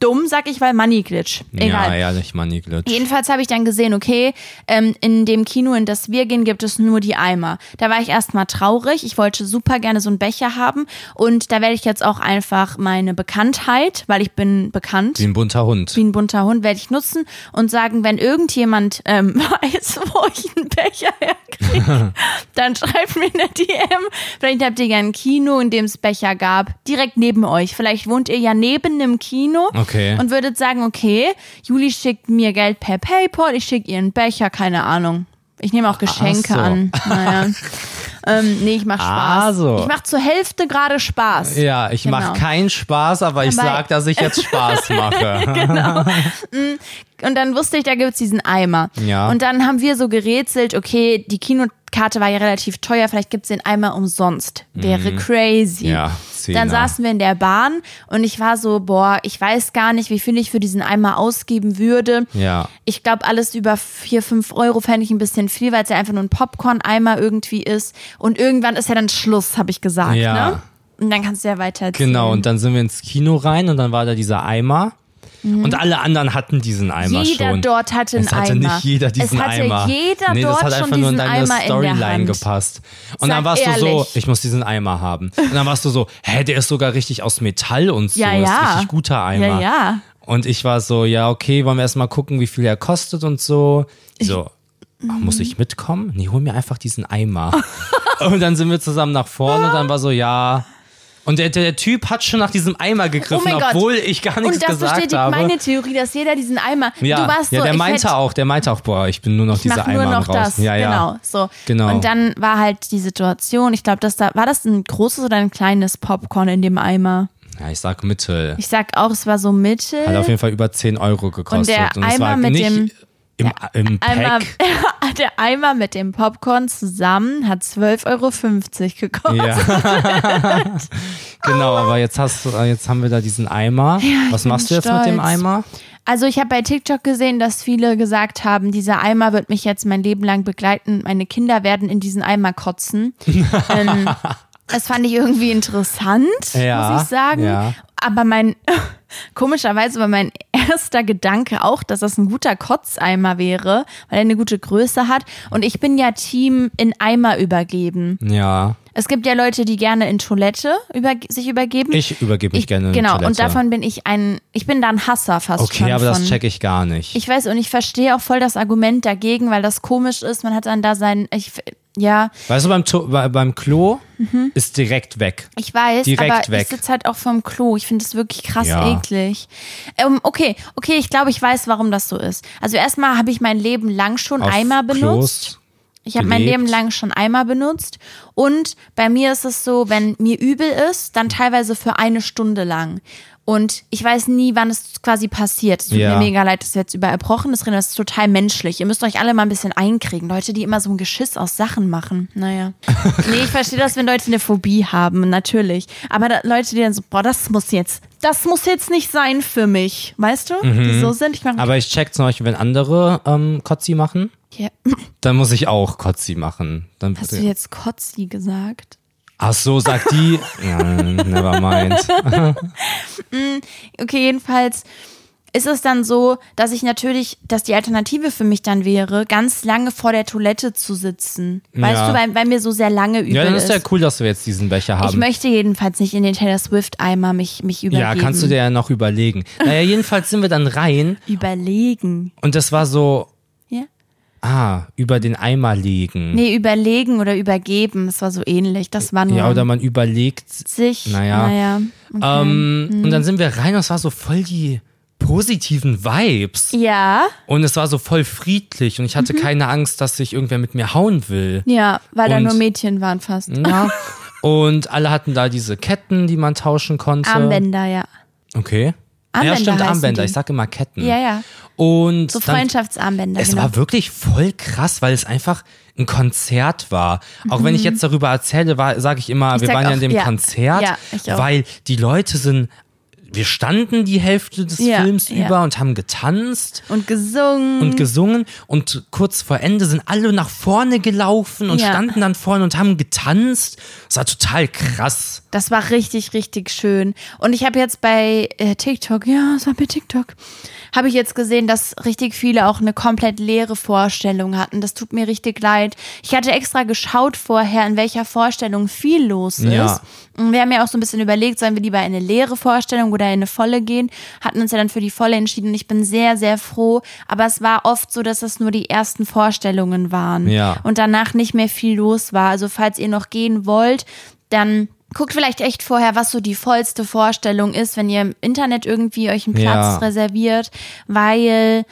dumm, sag ich, weil Money Glitch. Egal.
Mhm. Ja, ehrlich, Manni Glitch.
Jedenfalls habe ich dann gesehen, okay, ähm, in dem Kino, in das wir gehen, gibt es nur die Eimer. Da war ich erstmal traurig. Ich wollte super gerne so einen Becher haben. Und da werde ich jetzt auch einfach meine Bekanntheit, weil ich bin bekannt,
Wie ein bunter Hund.
wie ein bunter Hund, werde ich nutzen und sagen, wenn irgendjemand ähm, weiß, wo ich einen Becher herkriege, dann schreibt mir eine DM. Vielleicht habt ihr ja ein Kino, in dem es Becher gab, direkt neben euch. Vielleicht wohnt ihr ja neben einem Kino
Okay.
und würdet sagen, okay, Juli schickt mir Geld per Paypal, ich schicke ihr einen Becher, keine Ahnung. Ich nehme auch Geschenke
so.
an. Naja. Ähm, nee, ich mache Spaß.
Ah, so.
Ich mache zur Hälfte gerade Spaß.
Ja, ich
Genau.
mache keinen Spaß, aber ich
Aber-
sag, dass ich jetzt Spaß mache.
Und dann wusste ich, da gibt's diesen Eimer.
Ja.
Und dann haben wir so gerätselt, okay, die Kinokarte war ja relativ teuer, vielleicht gibt's den Eimer umsonst. Wäre crazy.
Mhm. Ja,
Dann
Zehner.
saßen wir in der Bahn und ich war so, boah, ich weiß gar nicht, wie viel ich für diesen Eimer ausgeben würde.
Ja.
Ich glaube, alles über 4, 5 Euro fände ich ein bisschen viel, weil es ja einfach nur ein Popcorn-Eimer irgendwie ist. Und irgendwann ist ja dann Schluss, habe ich gesagt.
Ja.
Ne? Und dann kannst du ja weiter erzählen.
Genau, und dann sind wir ins Kino rein und dann war da dieser Eimer. Und alle anderen hatten diesen Eimer
Mhm. Jeder
schon.
dort hatte einen
es hatte
Eimer.
nicht jeder diesen
es hatte
Eimer.
jeder
nee,
dort
das hat einfach
schon
nur in
diesen
deine
Eimer in der
Storyline
Hand.
gepasst. Und
Sag
dann warst du so,
ehrlich.
ich muss diesen Eimer haben. Und dann warst du so, hä, der ist sogar richtig aus Metall und so.
Ja,
ist
ja.
richtig guter Eimer.
Ja, ja.
Und ich war so, ja, okay, wollen wir erstmal gucken, wie viel er kostet und so. So, "Ach, muss
Mhm.
ich mitkommen? Nee, hol mir einfach diesen Eimer. und dann sind wir zusammen nach vorne und dann war so, ja. Und der, der Typ hat schon nach diesem Eimer gegriffen,
Oh mein Gott.
obwohl ich gar nichts
Und das
gesagt
bestätigt
habe.
meine Theorie, dass jeder diesen Eimer.
ja,
du warst
ja,
so,
der
ich
meinte
hätte,
auch, der meinte auch, boah, ich bin nur noch
ich
diese
mach
Eimer
nur noch
raus.
das.
Ja, ja.
Genau, so.
Genau.
Und dann war halt die Situation, ich glaube, dass da war das ein großes oder ein kleines Popcorn in dem Eimer.
ja, ich sag Mittel.
Ich sag auch, es war so mittel.
Hat auf jeden Fall über 10 Euro gekostet.
der
es
Eimer
war
mit
nicht
dem-
im, im
Eimer,
Pack.
der Eimer mit dem Popcorn zusammen hat 12,50 Euro gekostet.
Ja. genau, aber jetzt hast du, äh, jetzt haben wir da diesen Eimer. Was
bin
machst du jetzt mit dem
stolz.
Eimer?
Also ich habe bei TikTok gesehen, dass viele gesagt haben, dieser Eimer wird mich jetzt mein Leben lang begleiten. Meine Kinder werden in diesen Eimer kotzen. ähm, das fand ich irgendwie interessant,
Ja,
muss ich sagen.
ja.
Aber mein komischerweise war mein erster Gedanke auch, dass das ein guter Kotzeimer wäre, weil er eine gute Größe hat. Und ich bin ja Team in Eimer übergeben.
Ja,
Es gibt ja Leute, die gerne in Toilette über, sich übergeben.
ich übergebe mich
Ich-
gerne. in die
Genau, und
Toilette.
davon bin ich ein, ich bin da ein Hasser fast schon.
Okay, aber das
von.
checke ich gar nicht.
Ich weiß und ich verstehe auch voll das Argument dagegen, weil das komisch ist. Man hat dann da sein, ich, ja,
weißt du, beim, To- bei- beim Klo
Mhm.
ist direkt weg.
ich weiß,
Direkt
aber
weg.
ich sitze halt auch vom Klo. Ich finde das wirklich krass
Ja.
eklig. Ähm, okay, okay, ich glaube, ich weiß, warum das so ist. Also erstmal habe ich mein Leben lang schon
Auf
Eimer benutzt.
Klos.
Ich habe mein
gelebt.
Leben lang schon Eimer benutzt. Und bei mir ist es so, wenn mir übel ist, dann teilweise für eine Stunde lang. Und ich weiß nie, wann es quasi passiert. Es tut
Ja.
mir mega leid, dass wir jetzt über Erbrochenes reden. Das ist total menschlich. Ihr müsst euch alle mal ein bisschen einkriegen. Leute, die immer so ein Geschiss aus Sachen machen. Naja. nee, ich verstehe das, wenn Leute eine Phobie haben, natürlich. Aber da, Leute, die dann so, boah, das muss jetzt, das muss jetzt nicht sein für mich. Weißt du? Die so sind. Ich meine,
Mhm. Aber ich check zum Beispiel, wenn andere ähm, Kotzi machen,
ja,
dann muss ich auch Kotzi machen. Dann
hast du jetzt Kotzi gesagt?
Ach so, sagt die. ja, never mind.
Okay, jedenfalls ist es dann so, dass ich natürlich, dass die Alternative für mich dann wäre, ganz lange vor der Toilette zu sitzen. Weißt
Ja.
du, weil, weil mir so sehr lange übel
Ja, dann ist
ist.
ja cool, dass wir jetzt diesen Becher haben.
Ich möchte jedenfalls nicht in den Taylor Swift-Eimer mich, mich
ja,
übergeben.
kannst du dir ja noch überlegen. Naja, jedenfalls sind wir dann rein
Überlegen.
und das war so,
Ja?
ah, über den Eimer legen.
Nee, überlegen oder übergeben. Das war so ähnlich. Das war nur
Ja, oder man überlegt.
sich.
Naja.
naja.
Ähm,
Mhm.
Und dann sind wir rein und es war so voll die positiven Vibes.
Ja, Mhm.
Und es war so voll friedlich und ich hatte keine Angst, dass sich irgendwer mit mir hauen will.
ja, weil da
Und-
nur Mädchen waren fast.
Ja. und alle hatten da diese Ketten, die man tauschen konnte.
Armbänder, ja.
Okay. ja,
Armbänder
stimmt,
heißen
Armbänder.
die.
Ich sag immer Ketten.
Ja, ja.
Und
So
dann,
Freundschaftsarmbänder.
Es
genau.
war wirklich voll krass, weil es einfach ein Konzert war. Auch wenn ich jetzt darüber erzähle, sage ich immer, wir
Mhm. sag
waren ja
auch,
in dem
ja.
Konzert,
Ja, ich auch.
weil die Leute sind, wir standen die Hälfte des
Ja,
Films
ja. Mhm.
über und haben getanzt
und gesungen.
und gesungen und kurz vor Ende sind alle nach vorne gelaufen und
Ja.
standen dann vorne und haben getanzt. Es war total krass.
Das war richtig, richtig schön. Und ich habe jetzt bei äh, TikTok, ja, es war bei TikTok, habe ich jetzt gesehen, dass richtig viele auch eine komplett leere Vorstellung hatten. Das tut mir richtig leid. Ich hatte extra geschaut vorher, in welcher Vorstellung viel los ist.
Ja.
Und wir haben ja auch so ein bisschen überlegt, sollen wir lieber in eine leere Vorstellung oder in eine volle gehen. Hatten uns ja dann für die volle entschieden und ich bin sehr, sehr froh. Aber es war oft so, dass es nur die ersten Vorstellungen waren
Ja.
und danach nicht mehr viel los war. Also falls ihr noch gehen wollt, dann guckt vielleicht echt vorher, was so die vollste Vorstellung ist, wenn ihr im Internet irgendwie euch einen Platz
Ja.
reserviert, weil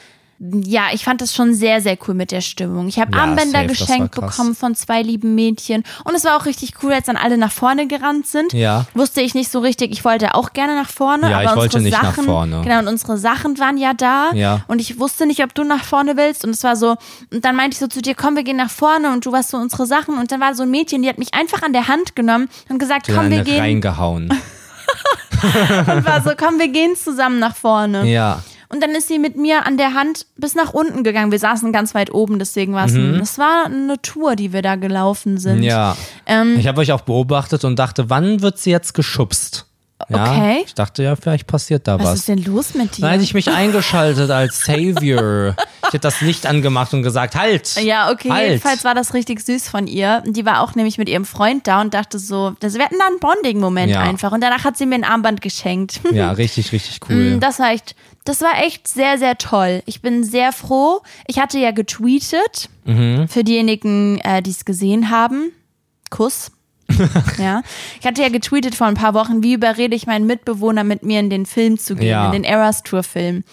ja, ich fand das schon sehr, sehr cool mit der Stimmung. Ich habe
Ja,
Armbänder
safe, das war
geschenkt
krass.
bekommen von zwei lieben Mädchen. Und es war auch richtig cool, als dann alle nach vorne gerannt sind.
Ja.
Wusste ich nicht so richtig. Ich wollte auch gerne nach vorne.
Ja,
aber
ich
unsere
wollte nicht nach
Sachen,
vorne.
Genau, und unsere Sachen waren ja da.
Ja.
Und ich wusste nicht, ob du nach vorne willst. Und es war so, und dann meinte ich so zu dir, komm, wir gehen nach vorne. Und du warst so unsere Sachen. Und dann war so ein Mädchen, die hat mich einfach an der Hand genommen und gesagt,
Dann
komm, wir
eine
gehen.
reingehauen.
Und war so, komm, wir gehen zusammen nach vorne.
ja.
Und dann ist sie mit mir an der Hand bis nach unten gegangen. Wir saßen ganz weit oben, deswegen war es. ein- Es war eine Tour, die wir da gelaufen sind.
Mhm. Ja.
Ähm,
ich habe euch auch beobachtet und dachte, wann wird sie jetzt geschubst? Ja,
Okay.
Ich dachte ja, vielleicht passiert da was.
Was, ist denn los mit dir?
Dann hätte ich mich eingeschaltet als Savior. ich hätte das Licht angemacht und gesagt, halt!
ja, okay.
Halt.
Jedenfalls war das richtig süß von ihr. Die war auch nämlich mit ihrem Freund da und dachte so, das, wir hatten da einen Bonding-Moment
Ja.
einfach. Und danach hat sie mir ein Armband geschenkt.
Ja, richtig, richtig cool.
Mm, Das war echt, das war echt sehr, sehr toll. Ich bin sehr froh. Ich hatte ja getweetet
Mhm.
für diejenigen, äh, die es gesehen haben. Kuss. ja. Ich hatte ja getweetet vor ein paar Wochen, wie überrede ich meinen Mitbewohner mit mir in den Film zu gehen,
Ja.
in den Eras Tour Film.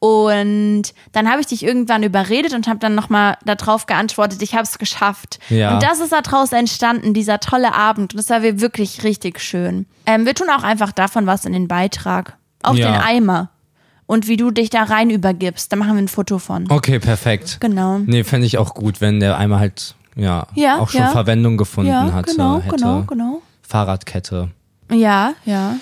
Und dann habe ich dich irgendwann überredet und habe dann nochmal darauf geantwortet, ich habe es geschafft.
Ja.
Und das ist daraus entstanden, dieser tolle Abend. Und das war wir- wirklich richtig schön. Ähm, wir tun auch einfach davon was in den Beitrag. Auf
Ja.
den Eimer. Und wie du dich da rein übergibst. Da machen wir ein Foto von.
Okay, perfekt.
Genau.
Nee, fände ich auch gut, wenn der einmal halt ja,
Ja,
auch schon
ja.
Verwendung gefunden
Ja,
hatte.
genau,
hätte.
genau, genau.
Fahrradkette.
Ja, ja.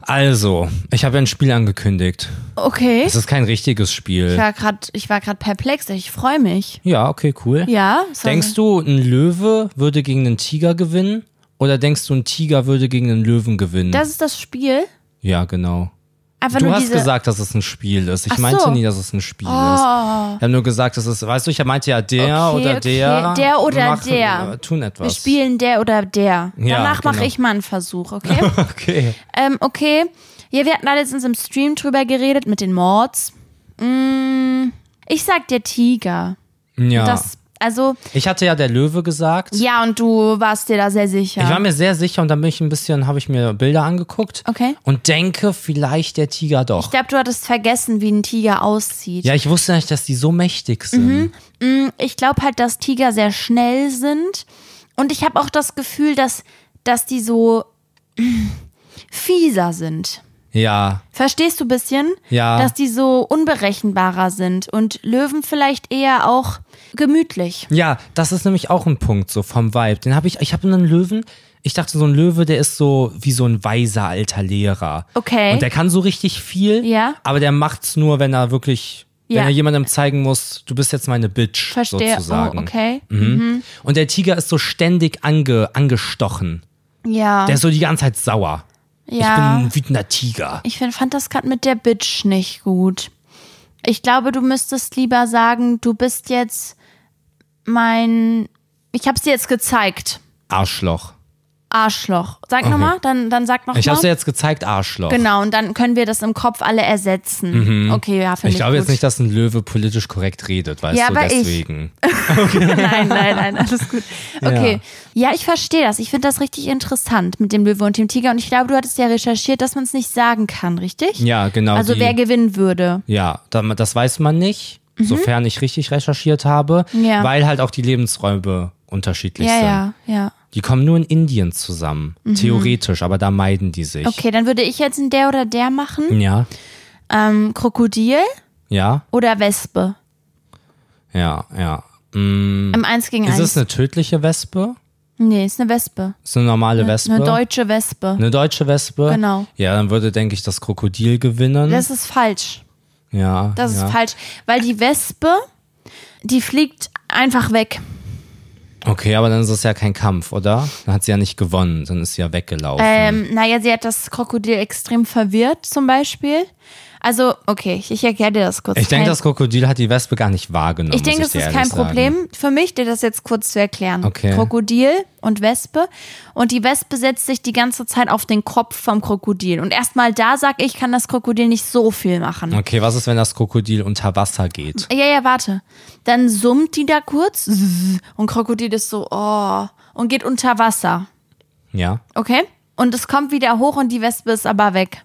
Also, ich habe ja ein Spiel angekündigt.
Okay.
Es ist kein richtiges Spiel.
Ich war gerade, ich war gerade perplex. Ich freue mich.
Ja, okay, cool.
Ja. sorry.
Denkst du, ein Löwe würde gegen einen Tiger gewinnen? Oder denkst du, ein Tiger würde gegen einen Löwen gewinnen?
Das ist das Spiel.
ja, genau.
Einfach
Du
nur
hast
diese.
gesagt, dass es ein Spiel ist. Ich
Ach
meinte
so. Oh.
nie, dass es ein Spiel ist. Ich habe nur gesagt, dass es, weißt du, ich meinte ja der
Okay,
oder
okay.
der.
Der oder
machen,
der.
Äh, tun etwas.
wir spielen der oder der.
Ja,
Danach mache
genau.
ich mal einen Versuch, okay?
Okay.
ähm, okay. Ja, wir hatten da letztens im Stream drüber geredet mit den Mords. Mm, ich sag der Tiger.
Ja.
Das, also,
ich hatte ja der Löwe gesagt.
ja, und du warst dir da sehr sicher.
Ich war mir sehr sicher und dann bin ich ein bisschen, habe ich mir Bilder angeguckt
Okay.
und denke, vielleicht der Tiger doch.
Ich glaube, du hattest vergessen, wie ein Tiger aussieht.
ja, ich wusste nicht, dass die so mächtig sind.
Mhm. Ich glaube halt, dass Tiger sehr schnell sind. Und ich habe auch das Gefühl, dass, dass die so mm, fieser sind.
Ja,
Verstehst du ein bisschen?
Ja.
Dass die so unberechenbarer sind und Löwen vielleicht eher auch gemütlich.
Ja, das ist nämlich auch ein Punkt so vom Vibe. Den habe ich, ich habe einen Löwen. Ich dachte, so ein Löwe, der ist so wie so ein weiser alter Lehrer.
Okay.
Und der kann so richtig viel.
Ja.
Aber der macht's nur, wenn er wirklich,
Ja.
wenn er jemandem zeigen muss, du bist jetzt meine Bitch
Verstehe.
sozusagen.
Oh, okay.
Mhm. Und der Tiger ist so ständig ange, angestochen.
Ja.
Der ist so die ganze Zeit sauer. Ich
ja.
bin ein wütender Tiger.
Ich find, fand das gerade mit der Bitch nicht gut. Ich glaube, du müsstest lieber sagen, du bist jetzt mein. Ich hab's dir jetzt gezeigt.
Arschloch.
Arschloch. Sag nochmal, dann, dann sag nochmal.
Ich hab's dir jetzt gezeigt, Arschloch.
Genau, und dann können wir das im Kopf alle ersetzen. Okay, ja, finde
Mhm. Ich
ich.
glaube
gut.
jetzt nicht, dass ein Löwe politisch korrekt redet, weißt
Ja,
du,
aber ich-
deswegen.
nein, nein, nein, alles gut. Okay. Ja, ich verstehe das. Ich finde das richtig interessant mit dem Löwe und dem Tiger. Und ich glaube, du hattest ja recherchiert, dass man es nicht sagen kann, richtig?
Ja, genau.
Also
die,
wer gewinnen würde.
Ja, da- das weiß man nicht, sofern ich richtig recherchiert habe,
Mhm. Ja.
weil halt auch die Lebensräume unterschiedlich
Ja,
sind.
ja, ja.
Die kommen nur in Indien zusammen, theoretisch, aber da meiden die sich.
Okay, dann würde ich jetzt ein der oder der machen.
Ja,
Ähm, Krokodil
ja,
oder Wespe?
ja, ja. Mm.
Im Eins gegen
Ist es
Eins.
eine tödliche Wespe?
Nee, ist eine Wespe.
Ist eine normale Wespe?
Eine deutsche Wespe.
Eine deutsche Wespe?
Genau.
Ja, dann würde, denke ich, das Krokodil gewinnen.
Das ist falsch.
ja,
Das
ja.
ist falsch. Weil die Wespe, die fliegt einfach weg.
Okay, aber dann ist es ja kein Kampf, oder? Dann hat sie ja nicht gewonnen, dann ist sie ja weggelaufen.
Ähm, naja, sie hat das Krokodil extrem verwirrt, zum Beispiel. Also, okay, ich, ich erkläre dir das kurz.
ich denke,
Kein-
das Krokodil hat die Wespe gar nicht wahrgenommen.
ich denke,
muss
das
dir
ist
ehrlich
kein
sagen.
Problem für mich, dir das jetzt kurz zu erklären.
Okay.
Krokodil und Wespe. Und die Wespe setzt sich die ganze Zeit auf den Kopf vom Krokodil. Und erstmal da sag ich, kann das Krokodil nicht so viel machen.
Okay, was ist, wenn das Krokodil unter Wasser geht?
Ja, ja, warte. Dann summt die da kurz und Krokodil ist so, oh, und geht unter Wasser.
Ja.
Okay? Und es kommt wieder hoch und die Wespe ist aber weg.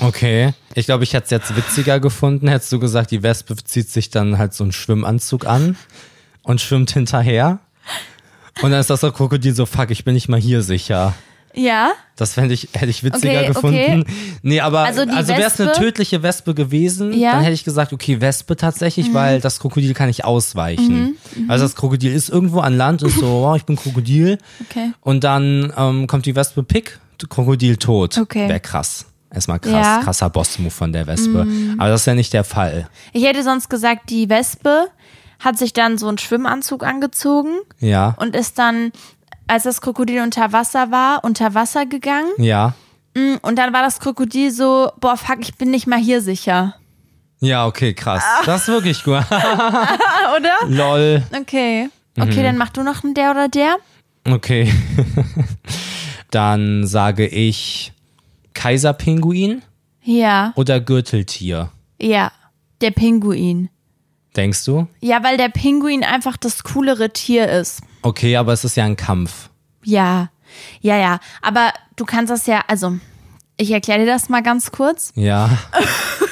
Okay. Ich glaube, ich hätte es jetzt witziger gefunden, hättest du gesagt, die Wespe zieht sich dann halt so einen Schwimmanzug an und schwimmt hinterher. Und dann ist das so Krokodil so, fuck, ich bin nicht mal hier sicher.
Ja?
Das fände ich, hätte ich witziger
Okay,
gefunden. Nee, aber also,
Also die
wäre es eine
Wespe-
tödliche Wespe gewesen,
Ja. Mhm.
dann hätte ich gesagt, okay, Wespe tatsächlich, weil das Krokodil kann ich ausweichen. Also das Krokodil ist irgendwo an Land und so, wow, ich bin Krokodil.
Okay.
Und dann ähm, kommt die Wespe pick, Krokodil tot.
Okay.
Wäre krass. Erstmal krass,
Ja. Mm.
krasser Boss-Move von der Wespe. Aber das ist ja nicht der Fall.
Ich hätte sonst gesagt, die Wespe hat sich dann so einen Schwimmanzug angezogen
Ja.
und ist dann, als das Krokodil unter Wasser war, unter Wasser gegangen. Mm,
ja.
Und dann war das Krokodil so, boah, fuck, ich bin nicht mal hier sicher.
Ja, okay, krass. Das ist wirklich gut.
Ah, Oder?
Lol.
Okay. Okay, dann mach du noch einen der oder der.
Okay. Dann sage ich Kaiserpinguin
Ja.
oder Gürteltier.
Ja. Der Pinguin.
Denkst du?
Ja, weil der Pinguin einfach das coolere Tier ist.
Okay, aber es ist ja ein Kampf.
Ja. Ja, ja. Aber du kannst das ja, also, ich erkläre dir das mal ganz kurz.
Ja.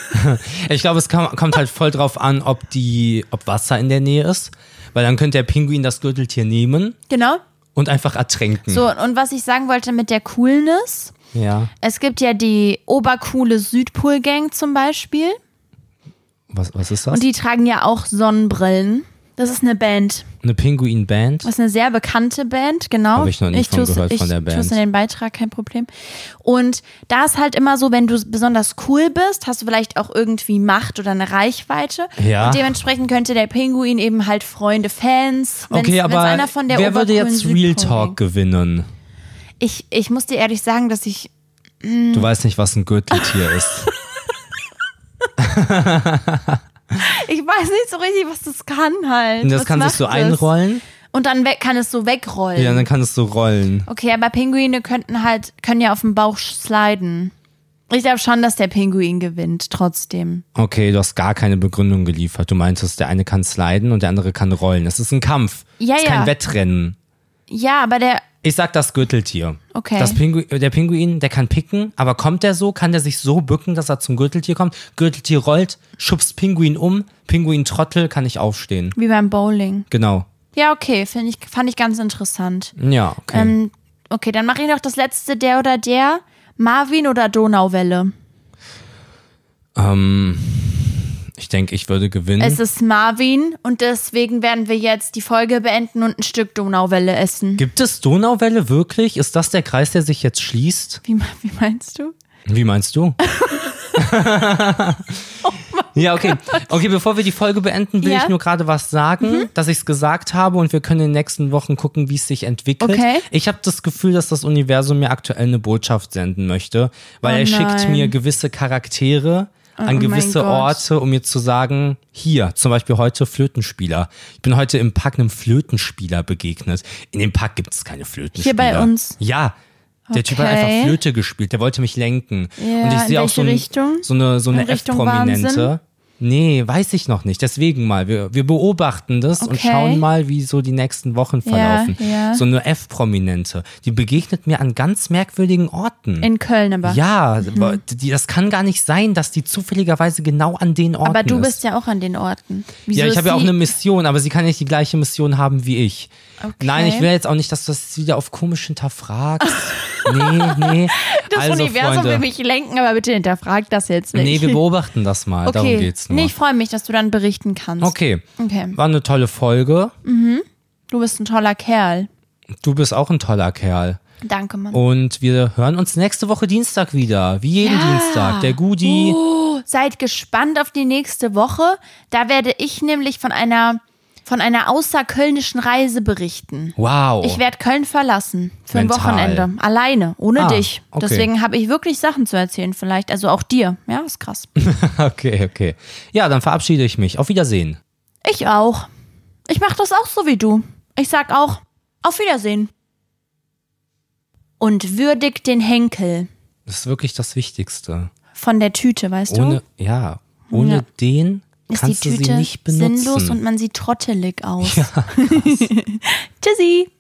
ich glaube, es kam, kommt halt voll drauf an, ob die, ob Wasser in der Nähe ist. Weil dann könnte der Pinguin das Gürteltier nehmen
Genau.
und einfach ertränken.
So, und was ich sagen wollte mit der Coolness,
Ja.
es gibt ja die obercoole Südpolgang zum Beispiel.
Was, was ist das?
Und die tragen ja auch Sonnenbrillen. Das ist eine Band.
Eine Pinguin-Band?
Das ist eine sehr bekannte Band, genau.
Hab ich noch nie von
tu's-
gehört von
ich
der Band.
tu's in den Beitrag, kein Problem. Und da ist halt immer so, wenn du besonders cool bist, hast du vielleicht auch irgendwie Macht oder eine Reichweite.
Ja.
Und dementsprechend könnte der Pinguin eben halt Freunde, Fans, wenn's,
Okay,
wenn's
aber
einer von der
wer würde
obercoolen
jetzt Real
Südpol-
Talk gewinnen?
Ich, ich muss dir ehrlich sagen, dass ich Hm.
Du weißt nicht, was ein Gürteltier ist.
Ich weiß nicht so richtig, was das kann halt.
Und das
was
kann sich
macht
so
es?
einrollen.
Und dann we- kann es so wegrollen.
Ja, dann kann es so rollen.
Okay, aber Pinguine könnten halt, können ja auf dem Bauch sliden. Ich glaube schon, dass der Pinguin gewinnt, trotzdem.
Okay, du hast gar keine Begründung geliefert. Du meintest, der eine kann sliden und der andere kann rollen. Das ist ein Kampf.
Ja,
das ist kein
ja.
Wettrennen.
Ja, aber der,
Ich sag das Gürteltier.
Okay.
Das Pingu der Pinguin, der kann picken, aber kommt der so? Kann der sich so bücken, dass er zum Gürteltier kommt? Gürteltier rollt, schubst Pinguin um, Pinguin Trottel, kann ich aufstehen.
wie beim Bowling.
Genau.
Ja, okay, finde ich, fand ich ganz interessant.
Ja, okay.
Ähm, okay, dann mache ich noch das letzte, der oder der. Marvin oder
Hm.
Donauwelle?
ich denke, ich würde gewinnen.
Es ist Marvin und deswegen werden wir jetzt die Folge beenden und ein Stück Donauwelle essen.
Gibt es Donauwelle wirklich? Ist das der Kreis, der sich jetzt schließt?
Wie, me- wie meinst du?
Wie meinst
Oh
du? ja, okay. Okay, bevor wir die Folge beenden, will
Ja. Mhm.
ich nur gerade was sagen, dass ich es gesagt habe und wir können in den nächsten Wochen gucken, wie es sich entwickelt.
Okay.
Ich habe das Gefühl, dass das Universum mir aktuell eine Botschaft senden möchte, weil
Oh
er schickt
nein. Oh
mir gewisse Charaktere an
mein
gewisse
Gott.
Orte, um mir zu sagen, hier, zum Beispiel heute Flötenspieler. Ich bin heute im Park einem Flötenspieler begegnet. In dem Park gibt es keine Flötenspieler.
bei uns?
Ja. Der Typ hat
Okay.
einfach Flöte gespielt, der wollte mich lenken.
Ja,
und ich
in
sehe auch
welche
so, ein,
Richtung?
so eine, so eine
In Richtung Wahnsinn?
F-Prominente. Nee, weiß ich noch nicht. Deswegen mal. Wir, wir beobachten das und
Okay.
schauen mal, wie so die nächsten Wochen verlaufen.
ja.
So eine F-Prominente. Die begegnet mir an ganz merkwürdigen Orten.
In Mhm. Köln aber.
ja, aber die, das kann gar nicht sein, dass die zufälligerweise genau an den Orten
Aber du
ist.
bist ja auch an den Orten. Wieso
Ja, ich
ist
habe ja auch ne
sie-
eine Mission, aber sie kann nicht die gleiche Mission haben wie ich. Nein, ich will jetzt auch nicht, dass du das wieder auf komisch hinterfragst. nee, nee.
Das
also,
Universum
Freunde,
will mich lenken, aber bitte hinterfrag das jetzt nicht.
Nee, wir beobachten das mal.
okay.
Darum geht's nur.
Nee, ich freue mich, dass du dann berichten kannst.
okay.
Okay.
War eine tolle Folge.
Du bist ein toller Kerl.
Du bist auch ein toller Kerl.
Danke, Mann.
Und wir hören uns nächste Woche Dienstag wieder. Wie jeden Dienstag. Der Gudi.
Uh. Seid gespannt auf die nächste Woche. Da werde ich nämlich von einer, von einer außerkölnischen Reise berichten.
Wow.
Ich werde Köln verlassen für
Oh. Mental.
ein Wochenende. Alleine, ohne
Ah,
dich.
okay.
Deswegen habe ich wirklich Sachen zu erzählen, vielleicht. Also auch dir. Ja, ist krass.
okay, okay. Ja, dann verabschiede ich mich. Auf Wiedersehen.
Ich auch. Ich mach das auch so wie du. Ich sag auch, auf Wiedersehen. Und würdigt den Henkel
Das ist wirklich das Wichtigste.
von der Tüte, weißt
Ohne, ja, ohne
Ja.
den
du? Ist die
kannst du sie
Tüte
nicht benutzen.
sinnlos und man sieht trottelig aus. Tschüssi.